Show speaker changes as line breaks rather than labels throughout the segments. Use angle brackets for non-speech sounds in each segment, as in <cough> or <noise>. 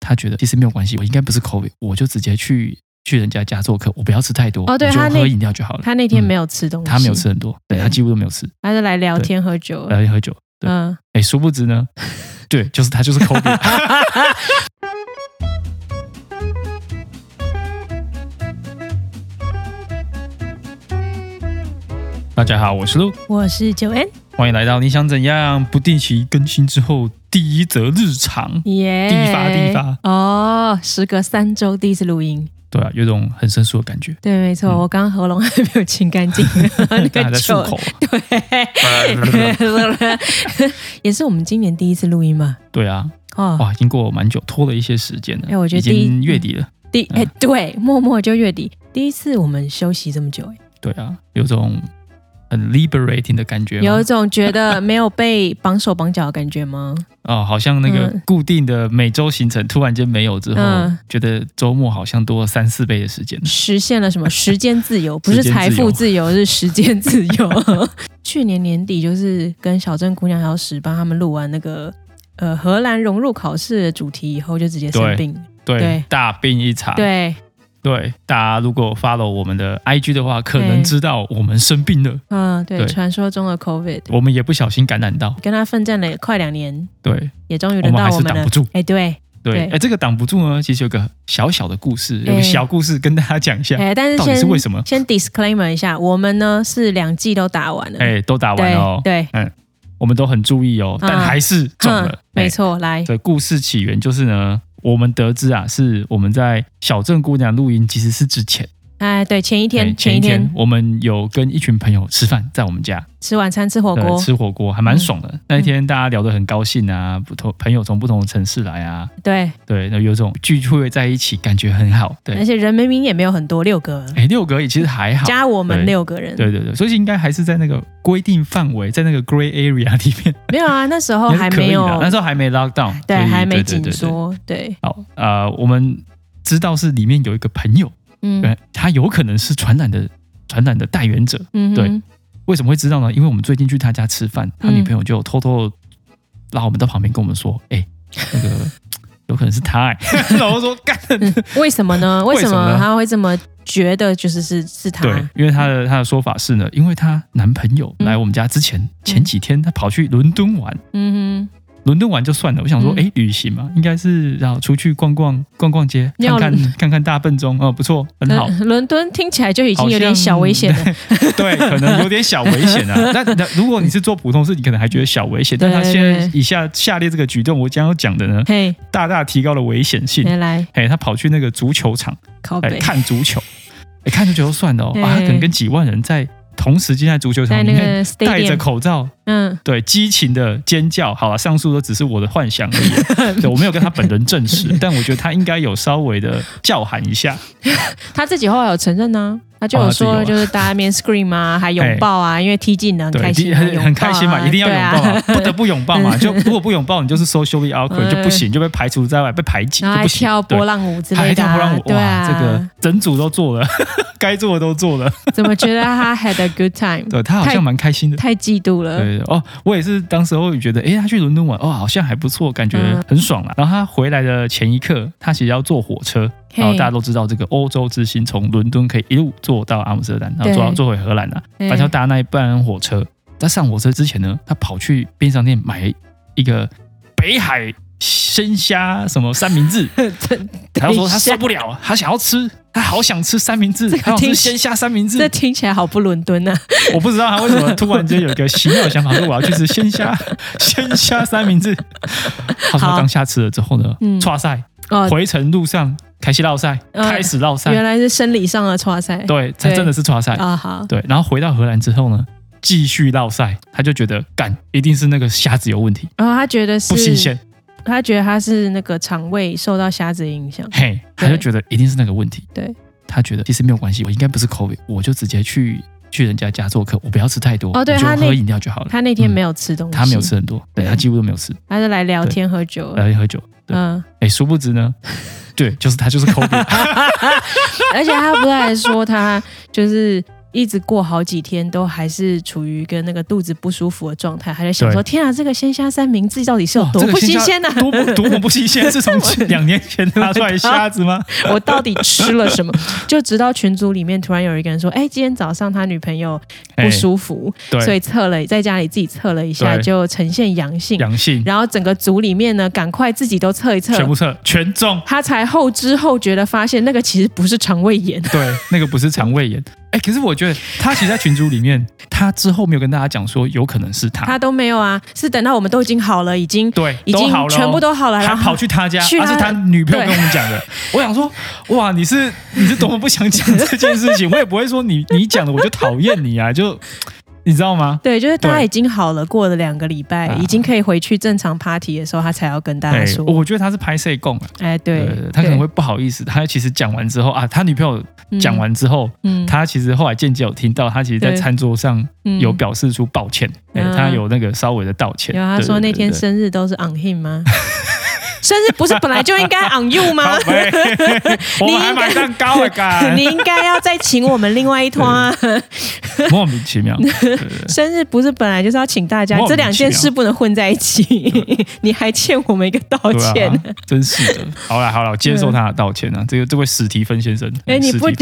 他觉得其实没有关系，我应该不是口味，我就直接去去人家家做客，我不要吃太多，
哦对
我就
他那
喝饮料就好了。
他那天
嗯
没有吃东西，
他没有，吃很多，对
对
他几乎都没有吃，
他就来聊天喝酒了。
然后喝酒。对，
嗯，
哎，殊不知呢， <laughs> 对，就是他就是口味。 <laughs> 大家好，我是陆，
我是九 N，
欢迎来到你想怎样不定期更新之后第一则日常。
耶，
第一发第一发
哦，时隔三周第一次录音，
对啊，有种很生疏的感觉，
对，没错，
嗯
我刚喉咙还没有清干净，那
<laughs> 刚才
个
在
酒
漱，口。
对， <laughs> 也是我们今年第一次录音嘛，
<laughs> 对啊，
哦，
哇，已经过了蛮久，拖了一些时间了。
哎我觉得
已
第一
经月底了。
第哎、对，默默就月底第一次我们休息这么久、哎，
对啊，有种很 liberating 的感觉吗。
有一种觉得没有被绑手绑脚的感觉吗？
哦，好像那个
嗯
固定的每周行程突然间没有之后，
嗯
觉得周末好像多了三四倍的时间。
实现了
<laughs>
什么时间自由，不是
时间自由
财富自由，是时间自由。 <laughs> 去年年底就是跟小镇姑娘还有史帮他们录完那个呃荷兰融入考试的主题以后，就直接生病。
对，
对
大病一场。
对，
对大家如果 follow 我们的 IG 的话，可
对
能知道我们生病了，
嗯，对，
对
传说中的 COVID，
我们也不小心感染到。
跟他奋战了快两年，
对，
也终于
我
轮
们
到
还
我
是
们
挡
了
不。住。
哎，对，
对，
对
哎，这个挡不住呢，其实有个小小的故事，有
哎
个小故事跟大家讲一下，
哎，但是
啊到底
先
是为什么？
先 disclaimer 一下，我们呢是两季都打完了，
哎，都打完了哦
对，对，
我们都很注意哦，但
嗯
还是中了。
嗯
哎
没错，来，
的故事起源就是呢，我们得知啊，是我们在小镇姑娘露营，其实是之前
哎，对，前一
哎
天
前
一
一
天
天，我们有跟一群朋友吃饭，在我们家
吃晚餐吃火
对
锅，嗯
吃火锅，还蛮爽的。那一天大家聊得很高兴啊，不同朋友从不同的城市来啊，
对，
对，那有种聚会在一起感觉很好。
而
对，
且人明明也没有很多，六个
哎，六个也其实还好。
加我们
对
六哎个人，
对对对，所以应该还是在那个规定范围，在那个 gray area 里面，
没有啊，那时候还
是可以
没有，
的那时候还没 lock down，
对，
所以
还
对
没
对
紧
对对
缩，对，
好，呃，我们知道是里面有一个朋友，
嗯
对，他有可能是传染的传染的带源者。
嗯哼
对为什么会知道呢？因为我们最近去他家吃饭，他
嗯
女朋友就偷偷拉我们到旁边跟我们说：“哎、那个 <laughs> 有可能是他、
<laughs>
欸。”然后说：“干。
嗯为什么
<laughs>
呢？为
为
什
什么
么
呢
他会这么觉得？就是是是”他，
对，因为他的他的说法是呢，因为她男朋友
嗯
来我们家之前、前几天，他跑去伦敦玩。
嗯哼，
伦敦玩就算了，我想说，
嗯
哎、旅行嘛，应该是然后出去逛逛逛逛街，
没有
看看看看大笨钟，哦，不错，很好。
呃伦伦敦听起来就已经有点
好像
小危险了，
<laughs> 对，可能有点小危险
<laughs>
啊。但但如果你是做普通事，你可能还觉得小危险。
对
但他现
对
在以下下列这个举动，我将要讲的呢， <laughs>
嘿，
大大提高了危险性。
来来
哎，他跑去那个足球场，
靠
哎，
北，
看足球，哎，看足球就算了哦，
对
啊，他可能跟几万人在同时间在足球
在
场里
那
面， <laughs>
个
戴着
stadium，
口罩，
嗯，
对，激情的尖叫。好了，上述都只是我的幻想而
<laughs>
已，对我没有跟他本人证实，但我觉得他应该有稍微的叫喊一下。
他自己后来有承认呢。他就
哦
有
他自己有
说，
啊
就是大家面 scream 啊，还
哎
拥抱啊，因为踢进了很
对，
开
一
心
定
啊，
很很开心嘛，一定要
对
拥
啊
抱
<laughs>
嘛，不得不拥抱嘛。
嗯
就如果不拥抱，你就是 socially
嗯
awkward 就不行，就被排除在外，被排挤
然
就
后还
不行。
跳
对
波，浪舞之
还
类的、
跳
啊，
波浪舞，
对
哇，
啊，
这个整组都做了， <laughs> 该做的都做了。
怎么觉得他 had a
<laughs>
good time？
对他好像蛮开心的。
太嫉妒了，
对哦，我也是，当时候觉得，诶，他去伦敦玩，哦，好像还不错，感觉
嗯
很爽啦。然后他回来的前一刻，他其实要坐火车，
嘿
然后大家都知道，这个欧洲之星从伦敦可以一路坐到阿姆斯特丹，然后坐到
对嗯
坐回荷兰啦。啊
嘿
反正搭那一班火车，在上火车之前呢，他跑去便利商店买一个北海鲜虾什么三明治，
<laughs> 这
然后说他
等一下
受不了，他想要吃，他好想吃三明
<laughs>
治，
这个
他想
听
吃
起
鲜虾三明
<laughs> 这
治。
听起来好不伦敦啊！
我不知道他为什么突然间有一个奇妙的想法，说我要去吃鲜虾 <laughs> 鲜虾三明治。他说
好
他当下吃了之后呢
嗯，
岔赛，
哦，
回程路上开始绕赛，
嗯
开始绕赛
原，来是生理上的挫赛。
对，他
对
真的是岔赛。
啊，好，
对，然后回到荷兰之后呢，继续绕赛，他就觉得干一定是那个虾子有问题，
然后他觉得是
不新鲜，
他觉得他是那个肠胃受到虾子的影响，
嘿，他就觉得一定是那个问题。
对，
他觉得其实没有关系，我应该不是口味，我就直接去去人家家做客，我不要吃太多，
哦对
我就
他那
喝饮料就好了。
他那天没有吃东
嗯
西，
他没有，吃很多，对
对
他几乎都没有吃，
他就来聊天喝酒了。
而且喝酒。对，
嗯，
哎，殊不知
<laughs>
呢，啊对，就是他就是口味，
而且他不是还说他就是一直过好几天都还是处于跟那个肚子不舒服的状态，还在想说：天啊，这个鲜虾三明治到底是有
哇
多
这个
不
鲜
新
虾
鲜啊呐、
多
<laughs>
不多么不新鲜，是从两年前拿出来的虾子吗？
我到底吃了什么？就直到群组里面突然有一个人说：“哎、今天早上他女朋友不舒服，
哎对，
所以测了，在家里自己测了一下，
对
就呈现阳性。
阳性，
然后整个组里面呢，赶快自己都测一测
全，部测全中，
他才后知后觉的发现，那个其实不是肠胃炎。
<laughs> 对，那个不是肠胃炎。哎，可是我觉得他其实，在群组里面，他之后没有跟大家讲说有可能是他，
他都没有啊，是等到我们都已经好了，已经
对，
已
都
经
好了哦，
全部都好了，
还
然
跑
后
去他家，
去
他
他
是他女朋友跟我们讲的。我想说，哇，你是你是多么不想讲这件事情，我也不会说你你讲的我就讨厌你啊，就你知道吗？
对，就是大家
对
已经好了，过了两个礼拜，
啊
已经可以回去正常 party 的时候，他才要跟大家
哎，
说，
我觉得他是拍摄供啊，
哎，对，对
他可能会不好意思。他其实讲完之后啊，他女朋友讲，完之后，
嗯嗯
他其实后来间接有听到，他其实在
对
餐桌上
嗯
有表示出抱歉，哎，
嗯
他有那个稍微的道歉。
有啊他
对
说那
对对
天。
对
生日都是 on him
<laughs>
吗？生日不是本来就应该 on you 吗
好？喂
<laughs>
我们还买蛋糕了，干
你应该要再请我们另外一通啊！
嗯莫名其
<laughs>
妙。对对啊对
生日不是本来就是要请大家
莫名，其妙
这两件事不能混在一起， <laughs> 你还欠我们一个道
对
歉。嗯
啊，真是的。好了好了，我接受他的道歉啊。这个这位史提芬先生，
哎你
史提
不
芬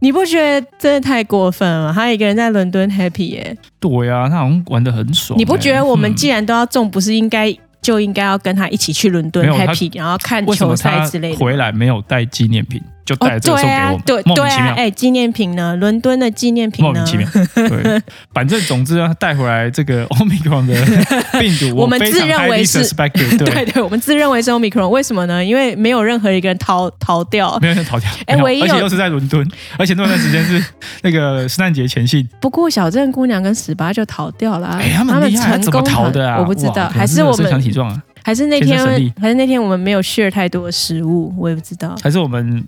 你不觉得真的太过分了吗？他一个人在伦敦 happy 耶、
<laughs> 对啊，他好像玩的很爽欸。
你不觉得我们
嗯
既然都要中，不是应该就应该要跟他一起去伦敦
没有他
happy，然后看
为什
球
么
赛
他
之类的？
回来没有带纪念品，就带
哦，
了这个
对
送给我
啊
们，？
对
莫
对
名其
啊，
妙。
哎，纪念品呢？伦敦的纪念品
莫
呢
名？其
<laughs>
妙，对，反正总之啊，他带回来这个 <laughs> Omicron 的病毒，
<laughs> 我们
非常
自认为
highly
是
suspected，
<laughs> 对
对，
对，我们自认为是 Omicron，为什么呢？因为没有任何一个人逃逃
<laughs>
掉。
没有人逃掉，
哎
没有
唯一有
而且又是在伦
<laughs>
敦，而且那段时间是那个圣诞节前夕，
不过小镇姑娘跟十八就逃掉 <laughs> 了啊、
哎，他
们
们厉害，
成
怎么
功
逃的啊？
我不知
哇
道，
可能
还是
真的
我
身强体
们哦
壮啊，
还是那
天
天
生神力
还是那天我们没有 share 太多的食物，我也不知道。
还是我们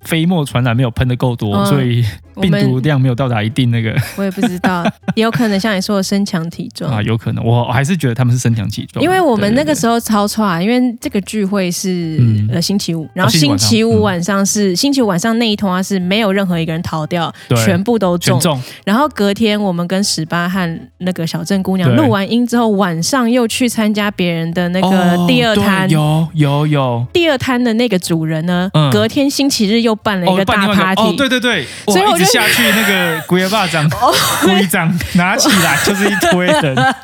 飞沫传染没有喷的够多，
嗯
所以
我
病毒
们
量没有到达一定那个
我也不
<laughs>
知道，也有可能像你说的身强体壮
啊，有可能。我我还是觉得他们是身强体壮，
因为我们那个时
候
候超差，因为这个聚会是、
嗯
呃星期五，然后
星期晚
星
上
期
嗯
五晚上是、星期五晚上那一通啊是没有任何一个人逃掉，
对
全部都
全。
中
中，
然后隔天我们跟十八和那个小镇姑娘
对
录完音之后，晚上又去参加别人的那
哦
个第二摊。
对有有有。
第二摊的那个主人呢，
嗯
隔天星期日又办了一
哦
个，
办
大
另外一
party，、
个哦，对对对，
所以
哇
我
一直
就哦
下去那个龟巴
<laughs>
掌，龟掌拿起来就是一堆人，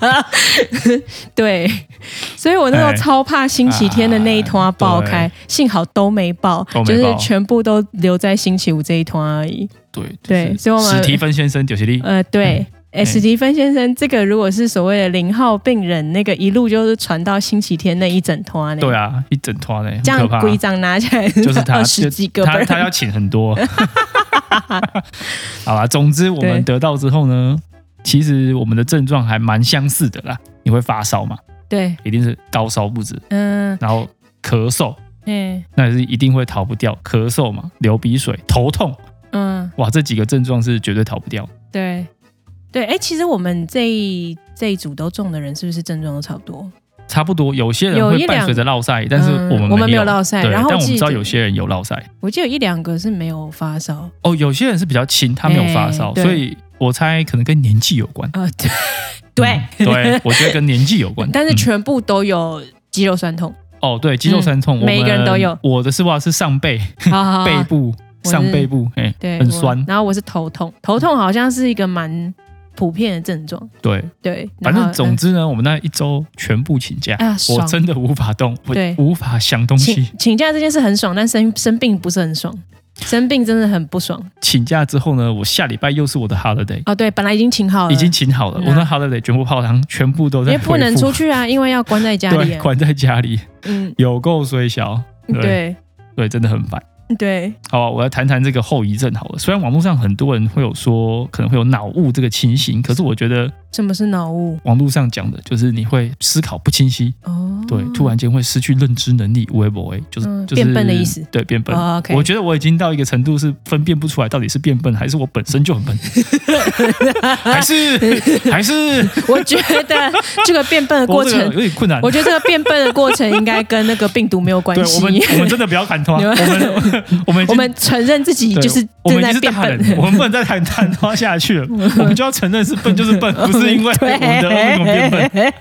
对 <laughs> 所以我那时
哎
候超怕星期天的那一通啊
啊
爆开，幸好都没爆，
都
就
没
是
爆
全部都留在星期五这一通而已。
对
对
就是
所以我们
史提芬先生九十力，
呃，对。哎，
嗯
史蒂芬先生，这个如果是所谓的零号病人，那个一路就是传到星期天那一整团呢。
对，啊，一整团嘞，很
这
可
样
怕，
规章拿起来
就是他
二十几个，
他
不
他
然
要请很
<laughs>
多。好啦，总之我们
对
得到之后呢，其实我们的症状还蛮相似的啦。你会发烧嘛？
对，
一定是高烧不止，
嗯
然后咳嗽，
嗯
那也是一定会逃不掉。咳嗽嘛，流鼻水、头痛，
嗯，
哇，这几个症状是绝对逃不掉。
对对，哎，其实我们这一这一组都中的人，是不是症状都差不多？
差不多，有些人
有一
会伴
两
随着落晒，但是
嗯
我们
我们
没
没有落晒
对
然后
但我们
记
知道
得
有些人有落晒。
我记得有一两个是没有发烧，
哦，有些人是比较轻，他没有发烧，
哎对
所以我猜可能跟年纪有关。
呃，对对
嗯对，我觉得跟年纪有关
<laughs> 。但是
嗯
全部都有肌肉酸
<laughs>
痛。
哦，对，肌肉酸痛，
嗯
我们
每一个人都有。
我的是吧，是上背、
好好好，
背部、
我是
上背部，哎，
对，
很
我
酸。
然后我是头痛，头痛好像是一个蛮普遍的症状。
对，
对，
反
然
正
后呃
总之呢，我们那一周全部请假，
啊
我
爽。
真的无法动，我
对
无法想东
请
西。
请假这件事很爽，但生生病不是很爽，生病真的很不爽。
请假之后呢，我下礼拜又是我的 holiday，
哦，对，本来已经请好了，
已经请好了，
嗯
我的 holiday 全部泡汤，全部都
因
在
为不能
恢复
出去啊，因为要关在家里
对，
啊。
关在家里，
嗯，
有够虽小，对
对
对，真的很烦。
对，
好、我来谈谈这个后遗症好了。虽然网络上很多人会有说可能会有脑雾这个情形，可是我觉得
什么是脑雾？
网络上讲的就是你会思考不清晰，
哦，
对，突然间会失去认知能力，无为不为，就是、
嗯
就是
变笨的意思
对，变笨。
哦，OK
我觉得我已经到一个程度是分辨不出来到底是变笨还是我本身就很
<laughs>
笨，还是还是
我觉得这个变笨的过
我这
程
个有点困难
我。觉得这个变笨的过程应该跟那个病毒没有关
对
系
我。们，我们真的不要砍花，
你
我
们
们我们已经
<laughs> 我们承认自己
对
就是
我
正
们已经是
在变
大
笨，
人，我们不能再谈谈花下
<laughs>
去了，我们就要承认是笨就是笨， <laughs> 不是因为我们的为什么变笨。
对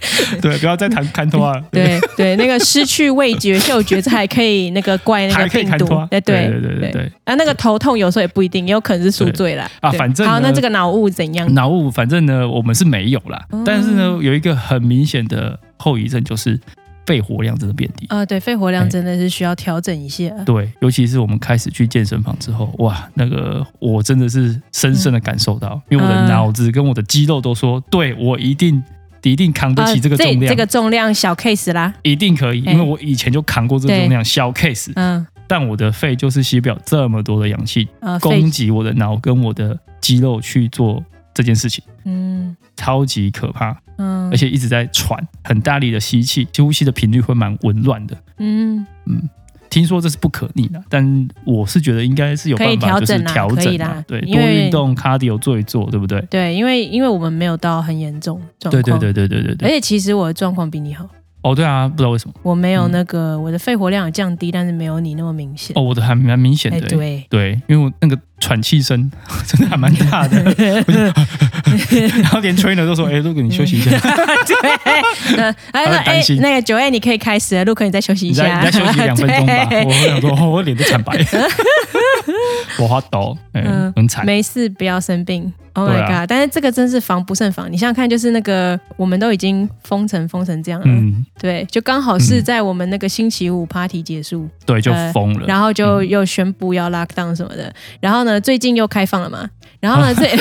对，不要再谈砍花了。
<laughs> 对对，那个失去味觉、嗅觉，这还可以那个怪那
还
个
可以
病
砍
毒
花。。
哎，对
对对对对。
啊，那个头痛有时候也不一定，也有可能是宿醉啦。
啊
对
反正呢
好，那这个脑雾怎样？
脑雾，反正呢，我们是没有啦。
嗯
但是呢，有一个很明显的后遗症就是肺活量真的变低。
啊，对，肺活
哎
量真的是需要调整一下。
对，尤其是我们开始去健身房之后，哇，那个我真的是深深的感受到，因为我的
嗯
脑子跟我的肌肉都说，对我一定一定扛得
啊
起这个重量，
这个重量小 case 啦。
一定可以，
哎
因为我以前就扛过这个重量，小 case，
嗯，
但我的肺就是吸不了这么多的氧气，
啊，肺
供，给我的脑跟我的肌肉去做这件事情，
嗯
超级可怕。
嗯，
而且一直在喘，很大力的吸气，其实呼吸的频率会蛮紊乱的。
嗯，
听说这是不可逆的，但我是觉得应该是有办法，
可以调
就是
整啦
调
可
整
以
啊
啦，
对，
因
多
为
运动，cardio 做一做，对不对？
对，因为因为我们没有到很严重状况，
对对对对对对对。
而且其实我的状况比你好，
哦，对啊，不知道为什么，
我没有
嗯
那个、我的肺活量有降低，但是没有你那么明显。
哦，我的还蛮明显
哎、
的、欸，
对
对，因为我那个喘气声 <laughs> 真的还蛮大
<laughs>
的， <laughs> 然后连 trainer 都说：“哎、如果你休息一
<laughs>
<laughs>
呃
下，
对，那哎
很
那
担
哎
心
那个九 A 你可以开始了，陆克你再休息
你
一
再
下，
你再休
<laughs>
息两分钟吧。”
对
我想说，哦我脸都惨
<laughs>
白，我发抖，哎、
嗯
很惨。
没事，不要生病。Oh
对
my god！、
啊
但是这个真是防不胜防。你想想看，就是那个我们都已经封城封成这样了，
嗯，
对，就刚好是
嗯
在我们那个星期五 party 结束，
对，就
呃
疯了。
然后就又宣布要 lock down 什么的。然后呢，最近又开放了嘛。然
哦
后呢，最 <laughs>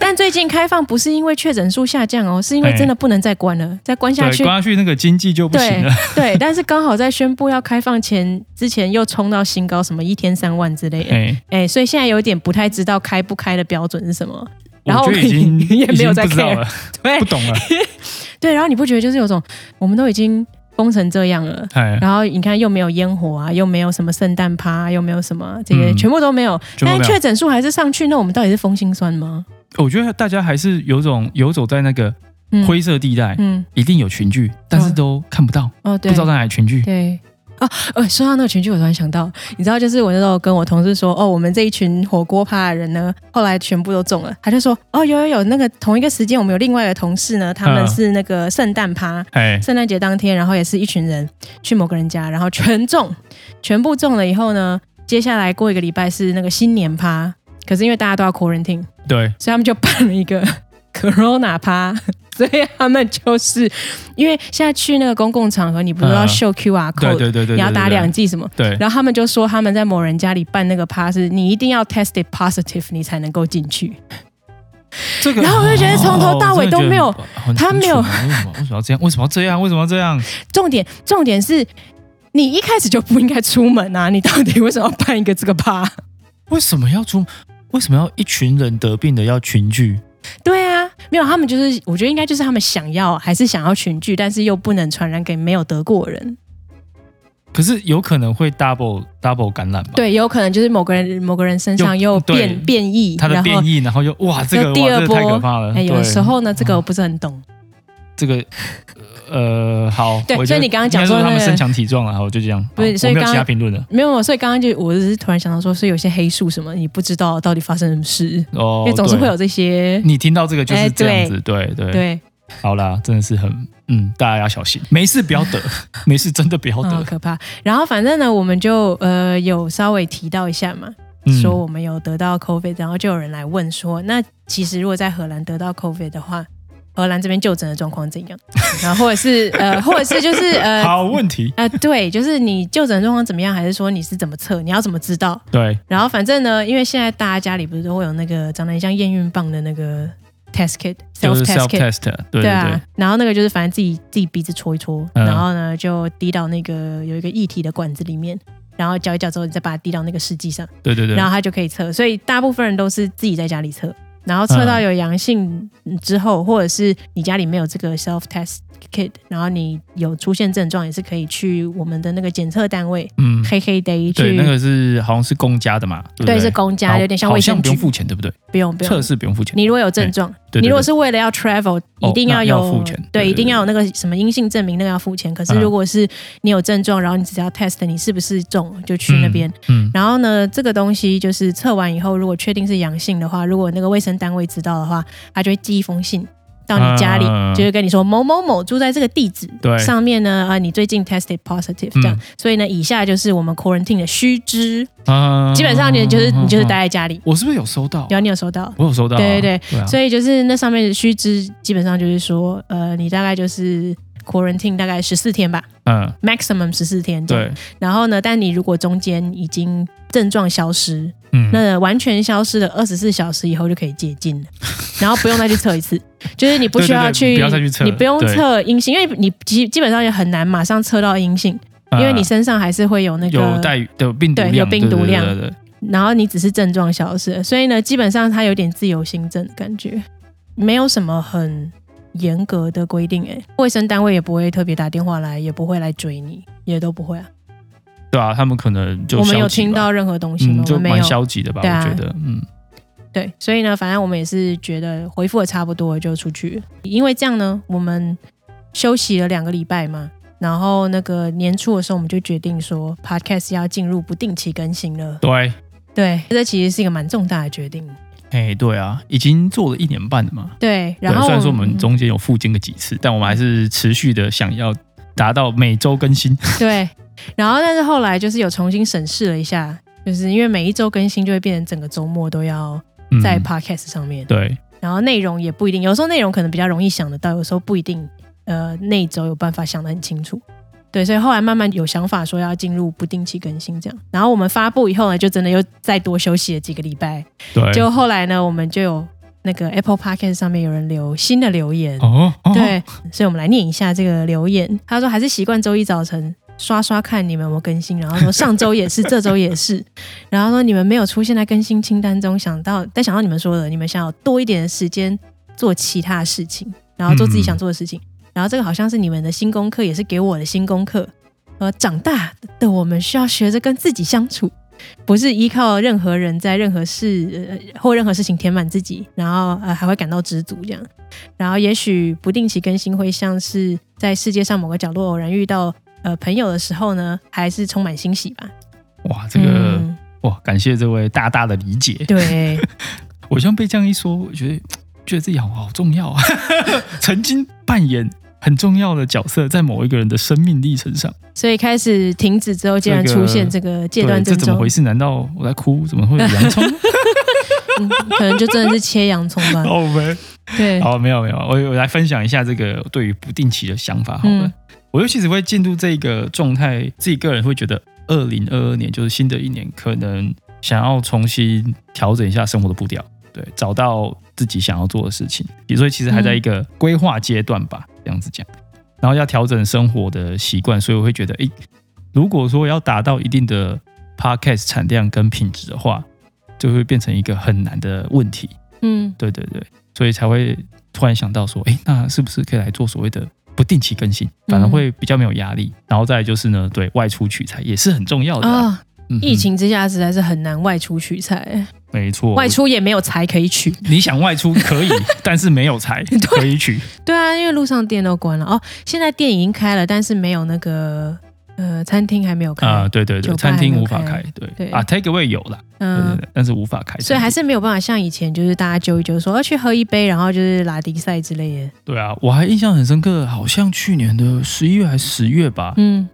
但最近开放不是因为确诊数下降哦，是因为真的不能再关了，再关下
对，
去。
关下去那个经济就不行
对
了。
对，但是刚好在宣布要开放前之前又冲到新高，什么一天三万之类的，
哎，
哎，所以现在有点不太知道开不开的标准是什么。然后
我
我
就已经
也没有
已经
在
不知道
care，
了，
对
不懂了。
对，然后你不觉得就是有种我们都已经封成这样了， <laughs>
哎，
然后你看又没有烟火啊，又没有什么圣诞趴啊，又没有什么这些，
嗯
全部都没有。
全部没有
但是确诊数还是上去，那我们到底是风心酸吗？
哦我觉得大家还是有种游走在那个
嗯
灰色地带，
嗯，
一定有群聚，但是都看不到，不
哦对
知道在哪里群聚。
对。哦，呃，说到那个群聚，我突然想到，你知道，就是我那时候跟我同事说，哦，我们这一群火锅趴的人呢，后来全部都中了。他就说，哦，有有有，那个同一个时间，我们有另外一个同事呢，他们
嗯
是那个圣诞趴，
哎，
圣诞节当天，然后也是一群人去某个人家，然后全中，全部中了以后呢，接下来过一个礼拜是那个新年趴，可是因为大家都要 quarantine，
对，
所以他们就办了一个 <laughs> corona 趴，所以他们就是因为现在去那个公共场合，你不是要
嗯
秀 QR code，、
对对对对，
你要
对
打
对
两剂什么？
对，
然后他们就说他们在某人家里办那个趴，是你一定要 tested positive 你才能够进去。
这个哦
然后我就觉得从头到尾都没有，他没有
为什么为什么要这样？为什么要这样？为什么要这样？
重点重点是，你一开始就不应该出门啊！你到底为什么要办一个这个趴？
为什么要出？为什么要一群人得病的要群聚？
<laughs> 对啊，没有，他们就是，我觉得应该就是他们想要，还是想要群聚，但是又不能传染给没有得过的人。
可是有可能会 double double 感染吧？，
对，有可能就是某个人某个人身上
又
又
对
变变异，
它的
然
变
后。
异，然后又哇，这个
就
哇，
第
这
二
个
波
太可怕了。
哎，有
对嗯
时候呢，这个我不是很懂。
这个，呃，好，
对
我觉
所以
得
你刚刚讲
应该
说
说他们
那个
身强体壮了，好，我就这样，
不是
好
所以
我没有
刚
其
刚
他评论了。
没有，所以刚刚就我只是突然想到说，是有些黑素什么，你不知道到底发生什么事，
哦
因，为总是
对
会有这些。
你听到这个就
哎
是
对
这样子，对对
对，
好啦，真的是很，嗯，大家要小心，没事不要得， <laughs> 没事真的不要
嗯好
得。
可怕。然后反正呢，我们就呃有稍微提到一下嘛，
嗯
说我们有得到 COVID，然后就有人来问说，那其实如果在荷兰得到 COVID 的话，荷兰这边就诊的状况怎样？ <laughs> 然后或者是呃，或者是就是呃。
好问题，
啊、对，就是你就诊的状况怎么样，还是说你是怎么测，你要怎么知道？
对，
然后反正呢，因为现在大家家里不是都会有那个长得很像验孕棒的那个 test kit
就
self
是
test
self
kit，
test，对对
啊
对，，
然后那个就是反正自己自己鼻子戳一戳，
嗯
然后呢就滴到那个有一个液体的管子里面，然后搅一搅之后，你再把它滴到那个试剂上，
对对对
然，后它就可以测。所以大部分人都是自己在家里测。然后测
嗯
到有阳性之后，或者是你家里没有这个 self test kit，然后你有出现症状，也是可以去我们的那个检测单位
嗯，
黑黑 day 去
对，那个是好像是公家的嘛，对不
对
对？
是公家，
好
有点像
好
卫生
不
局
用，付钱，对不对？
不用不用
测试不用付钱，
你如果有症状，
对对对
你如果是为了要 travel，
哦
一定
那
有、
要付钱对对对
对，一定要有那个什么阴性证明，那个要付钱。可是
嗯
如果是你有症状，然后你只要 test 你是不是中了，就去那边。
嗯，
然后呢，这个东西就是测完以后，如果确定是阳性的话，如果那个卫生单位知道的话，他就会寄一封信到你家里，啊
嗯
就会跟你说某某某住在这个地址
对
上面呢，啊，你最近 tested positive
嗯
这样。所以呢，以下就是我们 quarantine 的须知，
嗯啊
基本上你就是你就是待，
啊啊
在家里
啊。我是不是有收到？
然后你有收到，
我有收到啊，
对对
对啊，
所以就是那上面的须知，基本上就是说，呃，你大概就是 quarantine 大概十四天吧
嗯，
，maximum 十四天。。
对，
然后呢，但你如果中间已经症状消失，
嗯，
那完全消失了二十四小时以后就可以解禁了，然后不用再去测一次， <laughs> 就是你不需要
对对对
去，
不要再去测
你不用
对
测阴性，因为你基基本上也很难马上测到阴性，因为你
是
身上还是会有那个
嗯呃有带有病毒
对
量，
有病毒量
对对对对对
然后你只是症状消失了，所以呢，基本上它有点自由行政的感觉，没有什么很严格的规定、欸。哎，卫生单位也不会特别打电话来，也不会来追你，也都不会啊。
对啊，他们可能就
我们
消
有
极
听
吧，
到任何东西吗
嗯，？
我
就
们没
蛮
有。
消极的吧，
对啊
我觉得，嗯，
对，所以呢，反正我们也是觉得回复的差不多了就出去了，因为这样呢，我们休息了两个礼拜嘛。然后那个年初的时候，我们就决定说，podcast 要进入不定期更新了。
对，
对，这其实是一个蛮重大的决定。
哎，对啊，已经做了一年半了嘛，
对，
对啊
然后嗯
虽然说我们中间有复经个几次，但我们还是持续的想要达到每周更新。
对，然后但是后来就是有重新审视了一下，就是因为每一周更新就会变成整个周末都要
嗯
在 podcast 上面，
对
然后内容也不一定，有时候内容可能比较容易想得到，有时候不一定，呃，那一周有办法想得很清楚。对，所以后来慢慢有想法说要进入不定期更新这样，然后我们发布以后呢，就真的又再多休息了几个礼拜。
对，
就后来呢，我们就有那个 Apple Podcast 上面有人留新的留言，
哦，哦，
对，所以我们来念一下这个留言。他说还是习惯周一早晨刷刷看你们有没有更新，然后说上周也是，这周也是，然后说你们没有出现在更新清单中，想到但想到你们说的，你们想要多一点的时间做其他事情，然后做自己想做的事情。
嗯
然后这个好像是你们的新功课，也是给我的新功课。呃，长大的我们需要学着跟自己相处，不是依靠任何人在任何事、呃、或任何事情填满自己，然后呃还会感到知足这样。然后也许不定期更新会像是在世界上某个角落偶然遇到呃朋友的时候呢，还是充满欣喜吧。
哇，这个、 <laughs>
嗯、
哇，感谢这位大大的理解。
对
我像被这样一说，我觉得觉得自己好好重要啊， <laughs> 曾经扮演很重要的角色，在某一个人的生命历程上。
所以开始停止之后，竟然
这个
出现这个戒断
对，
症
这怎么
状
回，事？难道我在哭？怎么会有洋葱？ <laughs>
嗯可能就真的是切洋葱吧。
好呗，
<laughs> 对，
哦好，没有没有，我我来分享一下这个对于不定期的想法好了。
嗯
我就其实会进入这个状态，自己个人会觉得，呃二零二二年就是新的一年，可能想要重新调整一下生活的步调，对，找到自己想要做的事情。所以其实还在一个规划阶段吧，这样子讲。然后要调整生活的习惯，所以我会觉得，诶，如果说要达到一定的 podcast 产量跟品质的话，就会变成一个很难的问题。
嗯
对对对，所以才会突然想到说，哎，那是不是可以来做所谓的不定期更新，反而
嗯
会比较没有压力。然后再来就是呢，对外出取材也是很重要的、啊。
啊，
嗯哼
疫情之下实在是很难外出取材，
没错，
外出也没有柴可以取。
你想外出可
<laughs>
以，但是没有才可以取。
对啊，因为路上店都关了哦，现在店已经开了，但是没有那个呃餐厅还没有开，
啊、对对对，
酒吧
餐厅无法
还没有
开
开，
对
对
啊，take away 有啦，对
嗯
对对，但是无法开，
所以还是没有办法像以前，就是大家揪一揪说哦要去喝一杯，然后就是拉迪赛之类的。
对啊，我还印象很深刻，好像去年的十一月还十月吧，
嗯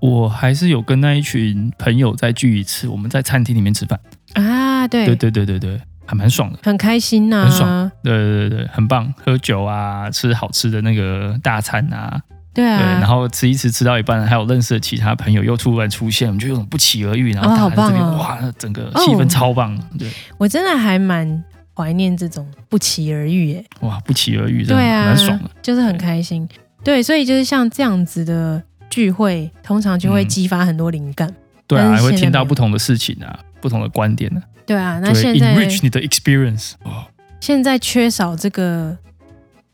我还是有跟那一群朋友再聚一次，我们在餐厅里面吃饭，
啊，对，
对对对对对，还蛮爽的。
很开心呐、
很爽对对对，很棒，喝酒啊，吃好吃的那个大餐啊，
对
对，然
啊，
后吃一吃，吃到一半，还有认识的其他朋友又突然出现，我们就有种不期而遇，然后
哦
大
好
家在这边、
棒哦
哇，那整个气氛
哦
超棒，对，
我真的还蛮怀念这种不期而遇耶。
哇，不期而遇，真的
对啊，
蛮爽的，
就是很开心。对，所以就是像这样子的聚会，通常就会
嗯
激发很多灵感。
对啊，
但
还
是
会
现在
听到
没有
不同的事情啊，不同的观点啊，
对啊，那
对
现在
，enrich 你的 experience，哇，哦
现在缺少这个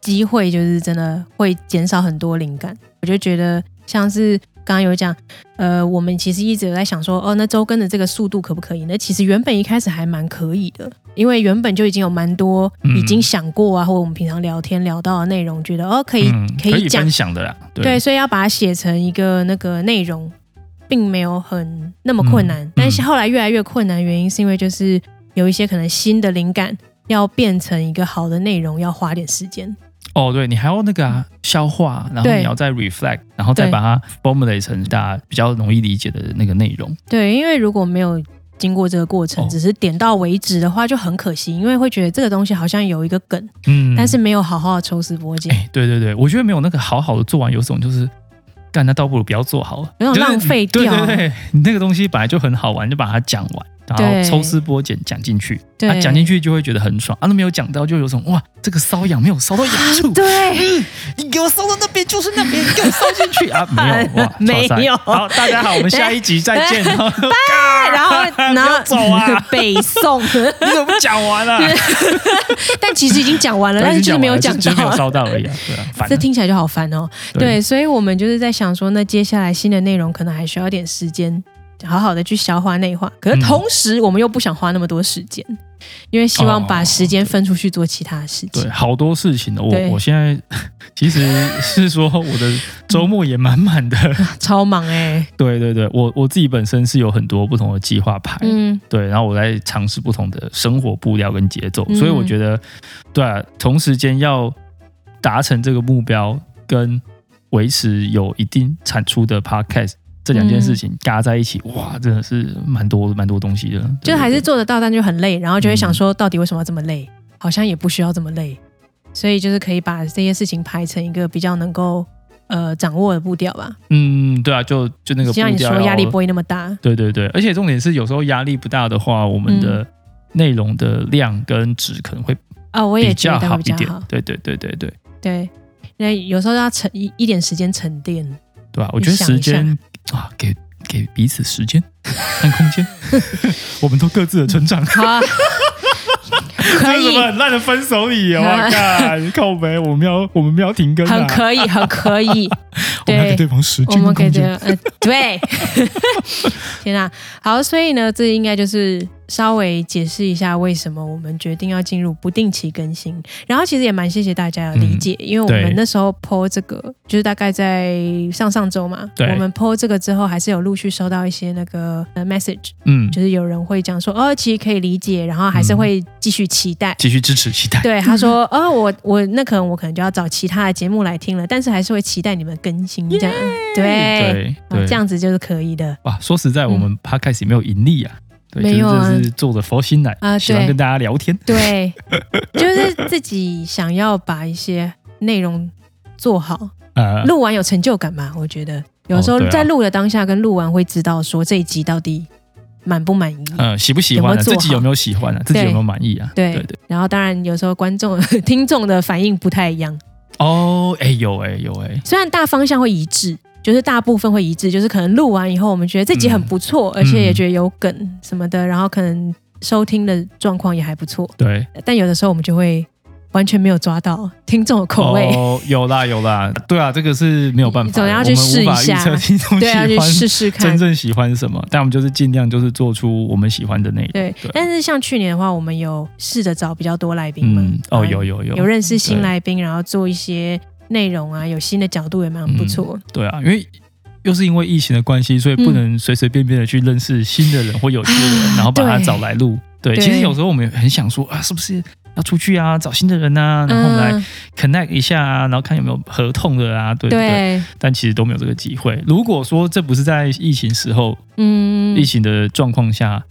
机会，就是真的会减少很多灵感。我就觉得像是刚刚有讲，呃，我们其实一直有在想说，哦，那周更的这个速度可不可以？那其实原本一开始还蛮可以的，因为原本就已经有蛮多
嗯
已经想过啊，或者我们平常聊天聊到的内容，觉得哦可以、
嗯，可
以
以
讲
分享的啦，对，
对，所以要把它写成一个那个内容，并没有很那么困
嗯
难。但是后来越来越困难，原因是因为就是有一些可能新的灵感要变成一个好的内容，要花点时间。
哦，对你还要那个啊消化，然后
对
你要再 reflect，然后再
对
把它 formulate 成大家比较容易理解的那个内容。
对，因为如果没有经过这个过程，
哦
只是点到为止的话，就很可惜，因为会觉得这个东西好像有一个梗，
嗯，
但是没有好好的抽丝剥茧，
哎，对对对，我觉得没有那个好好的做完，有种就是干，那倒不如不要做好了，
有
就
种
是
浪费掉
对对对，你那个东西本来就很好玩，就把它讲完，然
对
后抽丝剥茧讲进去，
对
啊，讲进去就会觉得很爽，啊，那没有讲到就有种哇，这个瘙痒没有搔到痒处，
<laughs> 对，，
嗯，你给我烧到那边就是那边，你给我烧进去啊！没有哇
<laughs> 没
哇塞
有
好，大家好，我们下一集再见。然后
然后然
不
后
<laughs> 要走啊
<laughs> 北宋，
<laughs> 你怎么不讲完
<laughs>
啊？
但其实已经讲完了，但是就是没有
已经
讲
完了就就没有
到
烧到而已啊。对啊，烦啊
这听起来就好烦哦。对，，所以我们就是在想说，那接下来新的内容可能还需要点时间，好好的去消化内化。可是
嗯
同时，我们又不想花那么多时间，因为希望把时间分出去做其他的事情。
对，啊好多事情的。
对
我我现在 <laughs> 其实是说我
<laughs>
的周末也满满的。 <laughs>
超忙哎、
对对对，我我自己本身是有很多不同的计划牌，
嗯，
对，然后我在尝试不同的生活步调跟节奏，
嗯
所以我觉得，对啊，同时间要达成这个目标跟维持有一定产出的 podcast 这两件事情嘎在一起，哇，真的是蛮多蛮多东西的，对
嗯就还是做得到，但就很累，然后就会想
嗯
说，到底为什么要这么累？好像也不需要这么累，所以就是可以把这些事情排成一个比较能够呃掌握的步调吧，
嗯，对啊，就就那个
就像你
步调
说，
要
压力不会那么大。
对对对，而且重点是有时候压力不大的话，我们
嗯
的内容的量跟质可能会
啊、我也
比
觉
较
得
好
会
一
比较
点
好，，
对对对对对。
对。那有时候要沉一一点时间沉淀，
对吧、我觉得时间啊，给给彼此时间 <laughs> 和空间， <laughs> 我们都各自的成长。<laughs>
好、啊，可
这是什
以，
么很烂的分手理
<laughs>
由啊！干，靠没，我们要我们要停更
很
啊！
可以，很
<laughs>
可以。
我们要给
对，
对方时
我
间
们
跟
给
空间。
这个，呃，对， <laughs> 天哪、好，所以呢，这应该就是稍微解释一下为什么我们决定要进入不定期更新。然后其实也蛮谢谢大家的理解，因为我们
嗯对
那时候 PO 这个，就是大概在上上周嘛，
对
我们 PO 这个之后，还是有陆续收到一些那个呃 message，
嗯，
就是有人会讲说，哦，其实可以理解，然后还是
嗯
会继续期待。
继续支持期待。
对，
<laughs>
他说：“哦，我我那可能我可能就要找其他的节目来听了，但是还是会期待你们更新这样。对，
对
啊
对，
这样子就是可
<laughs>
以的
哇！说实在，我们 podcast 也没有盈利啊，对，
没有啊
就是这是做着佛心来
啊。
喜欢
对
跟大家聊天。
对，就是自己想要把一些内容做好，
呃，
录完有成就感嘛。我觉得有时候
哦对啊
在录的当下跟录完会知道说这一集到底满不满意。
呃，喜不喜欢
有没有
啊？
做
自
好
己有没有喜欢啊？自己有没有满意啊？
对
对对。
然后当然有时候观众 <laughs> 听众的反应不太一样，
哦，哎，有哎有哎，
虽然大方向会一致，就是大部分会一致，就是可能录完以后，我们觉得这集很不
嗯
错，而且也觉得有梗什么的，然后可能收听的状况也还不错，
对，
但有的时候我们就会完全没有抓到听众的口味，
哦，有啦有啦，对啊，这个是没有办法的，
总要去试一
我们
下
无法预测听众
<laughs> 对，要
喜
去
欢
试试看
真。正喜欢什么，但我们就是尽量就是做出我们喜欢的内容。
对，但是像去年的话，我们有试着找比较多来宾嘛，
嗯，哦，有
有
有有
有认识新来宾，然后做一些内容啊，有新的角度也蛮不错。
对啊，因为又是因为疫情的关系，所以不
嗯
能随随便便的去认识新的人或有趣的人，然后把他
对
找来录。对，
啊对
其实有时候我们也很想说啊，是不是要出去啊，找新的人啊，然后我们来
嗯
connect 一下啊，然后看有没有合同的啊，对对。
对，
但其实都没有这个机会。如果说这不是在疫情时候，
嗯
疫，情的状况下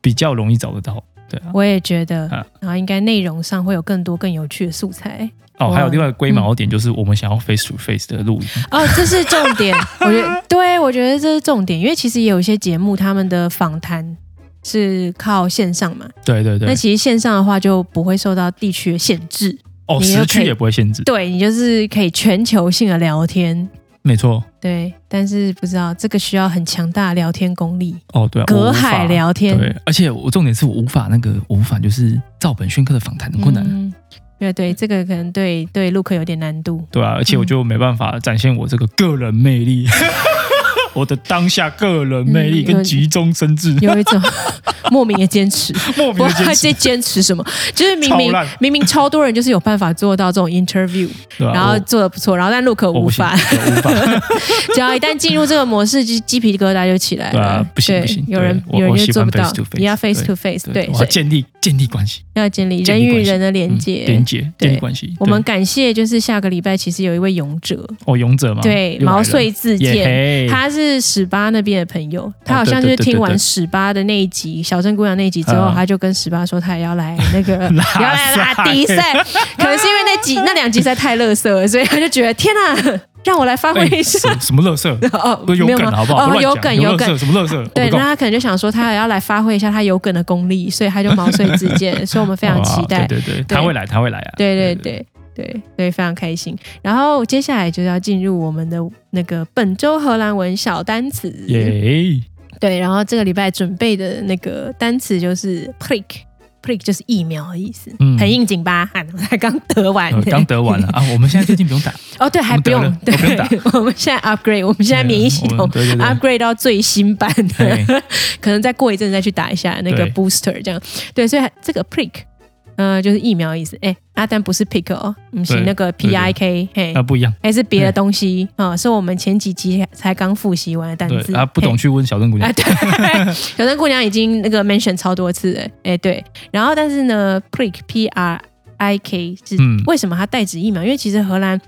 比较容易找得到。对啊，
我也觉得
啊，
然后应该内容上会有更多更有趣的素材。
哦，
哇
还有另外一个龟毛点就是，我们想要 face to face 的录音。
哦，这是重点，我觉得对，我觉得这是重点，因为其实也有一些节目他们的访谈是靠线上嘛，
对对
那
对，
其实线上的话就不会受到地区的限制，
哦，
你
时
又可
区
以
也不会限制。
对你就是可以全球性的聊天，
没错，
对，但是不知道这个需要很强大的聊天功力，
哦，对、啊，我
隔
无法
海聊天，
对，而且我重点是我无法那个，我无法就是照本宣科的访谈很困难，
嗯对对，这个可能对对陆克有点难度。
对啊，而且我就没办法展现我这个个人魅
<laughs>
力，我的当下个人魅力
嗯
跟
有
急中生智，
有一
<laughs>
种莫名的坚持，
莫名
我
的坚
还
持，
在坚持什么？就是明
超
明
烂
明明超多人就是有办法做到这种 interview，
对啊
然后做的不错，然后但陆克
我我
无
不行，
法， <laughs>
我无法，
只要一旦进入这个模式，就鸡皮疙瘩就起来
<laughs> 对
了。
啊不行
对
不行
有人
对我
有人
我
就
喜
做
欢
不到
face to face，
你要 face
对
to face，对，
我
所
要
以
建立建立关系，
要建立
建
人
立
与
关系
人的连
嗯
接
连。接
对
建立关系。
我们
对
感谢就是下个礼拜其实有一位勇者，
哦，勇者嘛，
对
又来了
毛遂自
也
荐。
嘿
他是史巴那边的朋友，他好
哦对
像就
对
是
对
听
对
完
对
史巴的那一集《小镇姑娘》那一集之后
啊，
他就跟史巴说他也要来那
<laughs>
个
拉
也要来拉
塞
迪赛， <laughs> 可能是因为那集那两集实在太乐色了，所以他就觉得天哪，让我来发挥
哎
一下。
什什么乐色， <laughs>
哦，
不是有
<laughs> 没
梗
吗
好不好？
哦，
不乱
有
讲
梗
有
有
乐
梗
色，。什么乐色？ <laughs> 我
对，
不
那
懂
他可能就想说，他也要来发挥一下他有梗的功力，所以他就毛遂自荐，所以我们非常期
哇
待。
对对对，
对
他会来，他会来啊！
对对对对对，非常开心。然后接下来就要进入我们的呃那个本周荷兰文小单词。
耶！
对，然后这个礼拜准备的那个单词就是 prick。prick 就是疫苗的意思，
嗯
很应景吧？ <laughs> 啊我才刚得完、
呃刚得完了啊，我们现在最近不用打，
哦，对，还不
我
用
们，得
对
了我不用，
我们现在 upgrade，我们 <laughs> 现在免疫系
我
统啊
们对对对
upgrade 到最新版的
嘿，
<laughs> 可能再过一阵再去打一下那个
对
booster 这样。对，所以这个 prick，呃，就是疫苗的意思。哎，阿丹不是 pick 哦，嗯，是
对
那个
对啊
P
对
I K，嘿
那，不一样。
还是别的东西啊、是我们前几集才刚复习完的单
对
词
啊，不懂
嘿
去问小镇姑娘
啊，。对， <laughs> 小镇姑娘已经那个 mention 超多次了，哎、对，然后但是呢，prick p r i k 是、
嗯
为什么它代指疫苗？因为其实荷兰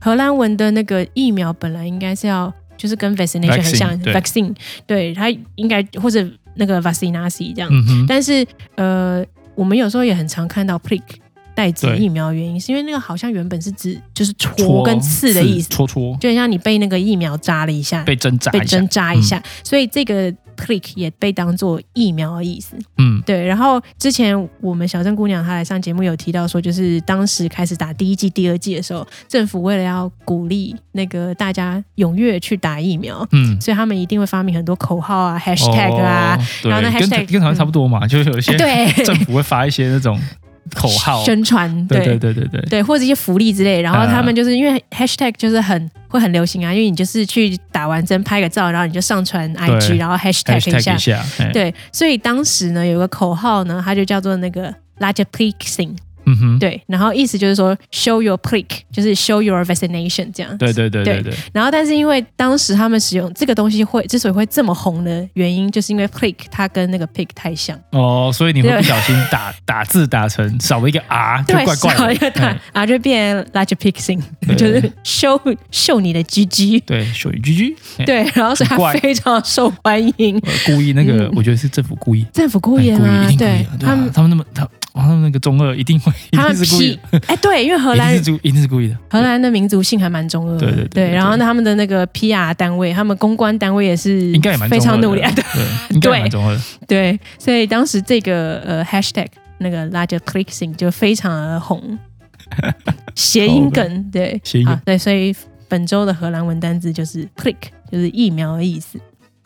荷兰文的那个疫苗本来应该是要就是跟 vaccination 很
Vaccine，
像
对
vaccine，对，它应该或者那个 vaccinasi 这样，
嗯哼，
但是呃，我们有时候也很常看到 prick。代指
对
疫苗的原因是因为那个好像原本是指就是戳
戳
跟刺的意思，
戳戳
就很像你被那个疫苗扎了一下，
被针扎
被
一下嗯
针，扎一下，所以这个 click 也被当做疫苗的意思。
嗯，
对，然后之前我们小镇姑娘她来上节目有提到说，就是当时开始打第一季、第二季的时候，政府为了要鼓励那个大家踊跃去打疫苗，
嗯。
所以他们一定会发明很多口号啊、hashtag 啊
哦，对
然后那
跟
hashtag- 嗯
跟台湾差不多嘛，就是有一些
对，
政府会发一些那种口号，
宣传，
对啊对对对对，
对，或者一些福利之类。然后他们就是、因为 hashtag 就是很会很流行啊，因为你就是去打完针拍个照，然后你就上传 IG，然后 hashtag 一下
hashtag 一，下，哎，
对，所以当时呢有个口号呢，它就叫做那个 l a g e p l i c i n g
嗯哼，
对，然后意思就是说 show your prick，就是 show your vaccination 这样。
对对对对对，
然后，但是因为当时他们使用这个东西会之所以会这么红的原因，就是因为 prick 它跟那个 pig 太像，
哦，所以你会
对
不小心打打字打成少了一个 R，就
对，
怪怪
少一个
的，
蛋
哎
啊，就变 l a g e p l i c i n g
对
就是 show show 你的 GG。
对，属于 GG，哎
对，然后所
很
以它
怪
非常受欢迎。
呃故意那个
嗯，
我觉得是政府故意，
政府故
哎
意的啦
故，意，一定故
对
意的，对
他
啊
们，
他们那么他哇他们那个中二一定会，一
他们
定是故意
屁
的，
哎，对，因为荷
一定
兰
是故一定是故意的，
荷兰的民族性还蛮中二的，
对对对对
然后呢，他们的那个 PR 单位，他们公关单位也是
应该也蛮
非
中
常
二
努力，
的
对
对，应该也
对
蛮中二的，
对，所以当时这个呃 hashtag 那个 larger clicking 就非常
<laughs>
的红，谐音梗，对，
谐音
啊，对，所以本周的荷兰文单字就是 click，就是疫苗的意思，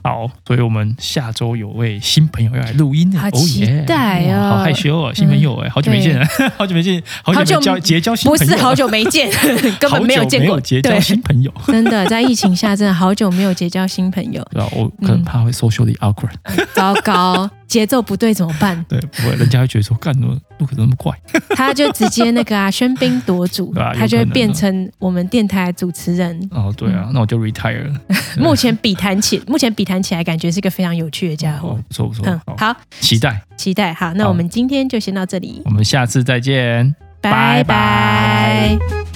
好，所以我们下周有位新朋友要来录音了，
好
哦
期
耶
待哦
哇好害羞哦，新朋友哎，好久没见了， <laughs> 好久没见，好
好
久
久
没交
没
结交新
不
朋友，啊
是好久没
<laughs>
见，根本没有
好久
见
没
过，
有结交 <laughs>
对，
新朋友，
真的在疫情下，真的好久没有结交新朋
<laughs>
友，
对吧？我可能
嗯
怕会 socially awkward，
糟糕，节奏不对怎么办？
对，不会，人家会觉得说，干，怎么陆可怎么那么怪？
他就直接那
<laughs>
个啊，喧宾夺主，
对啊有可能
他就会变成我们电台主持人。
哦，对
嗯
啊，那我就 retire 了。对
目前比谈起，目前比谈起来，感觉是个非常有趣的家伙
哦。，不错不错
嗯，，
好，
好，
期待，
期待。好，那
好
我们今天就先到这里，
我们下次再见。拜拜
拜拜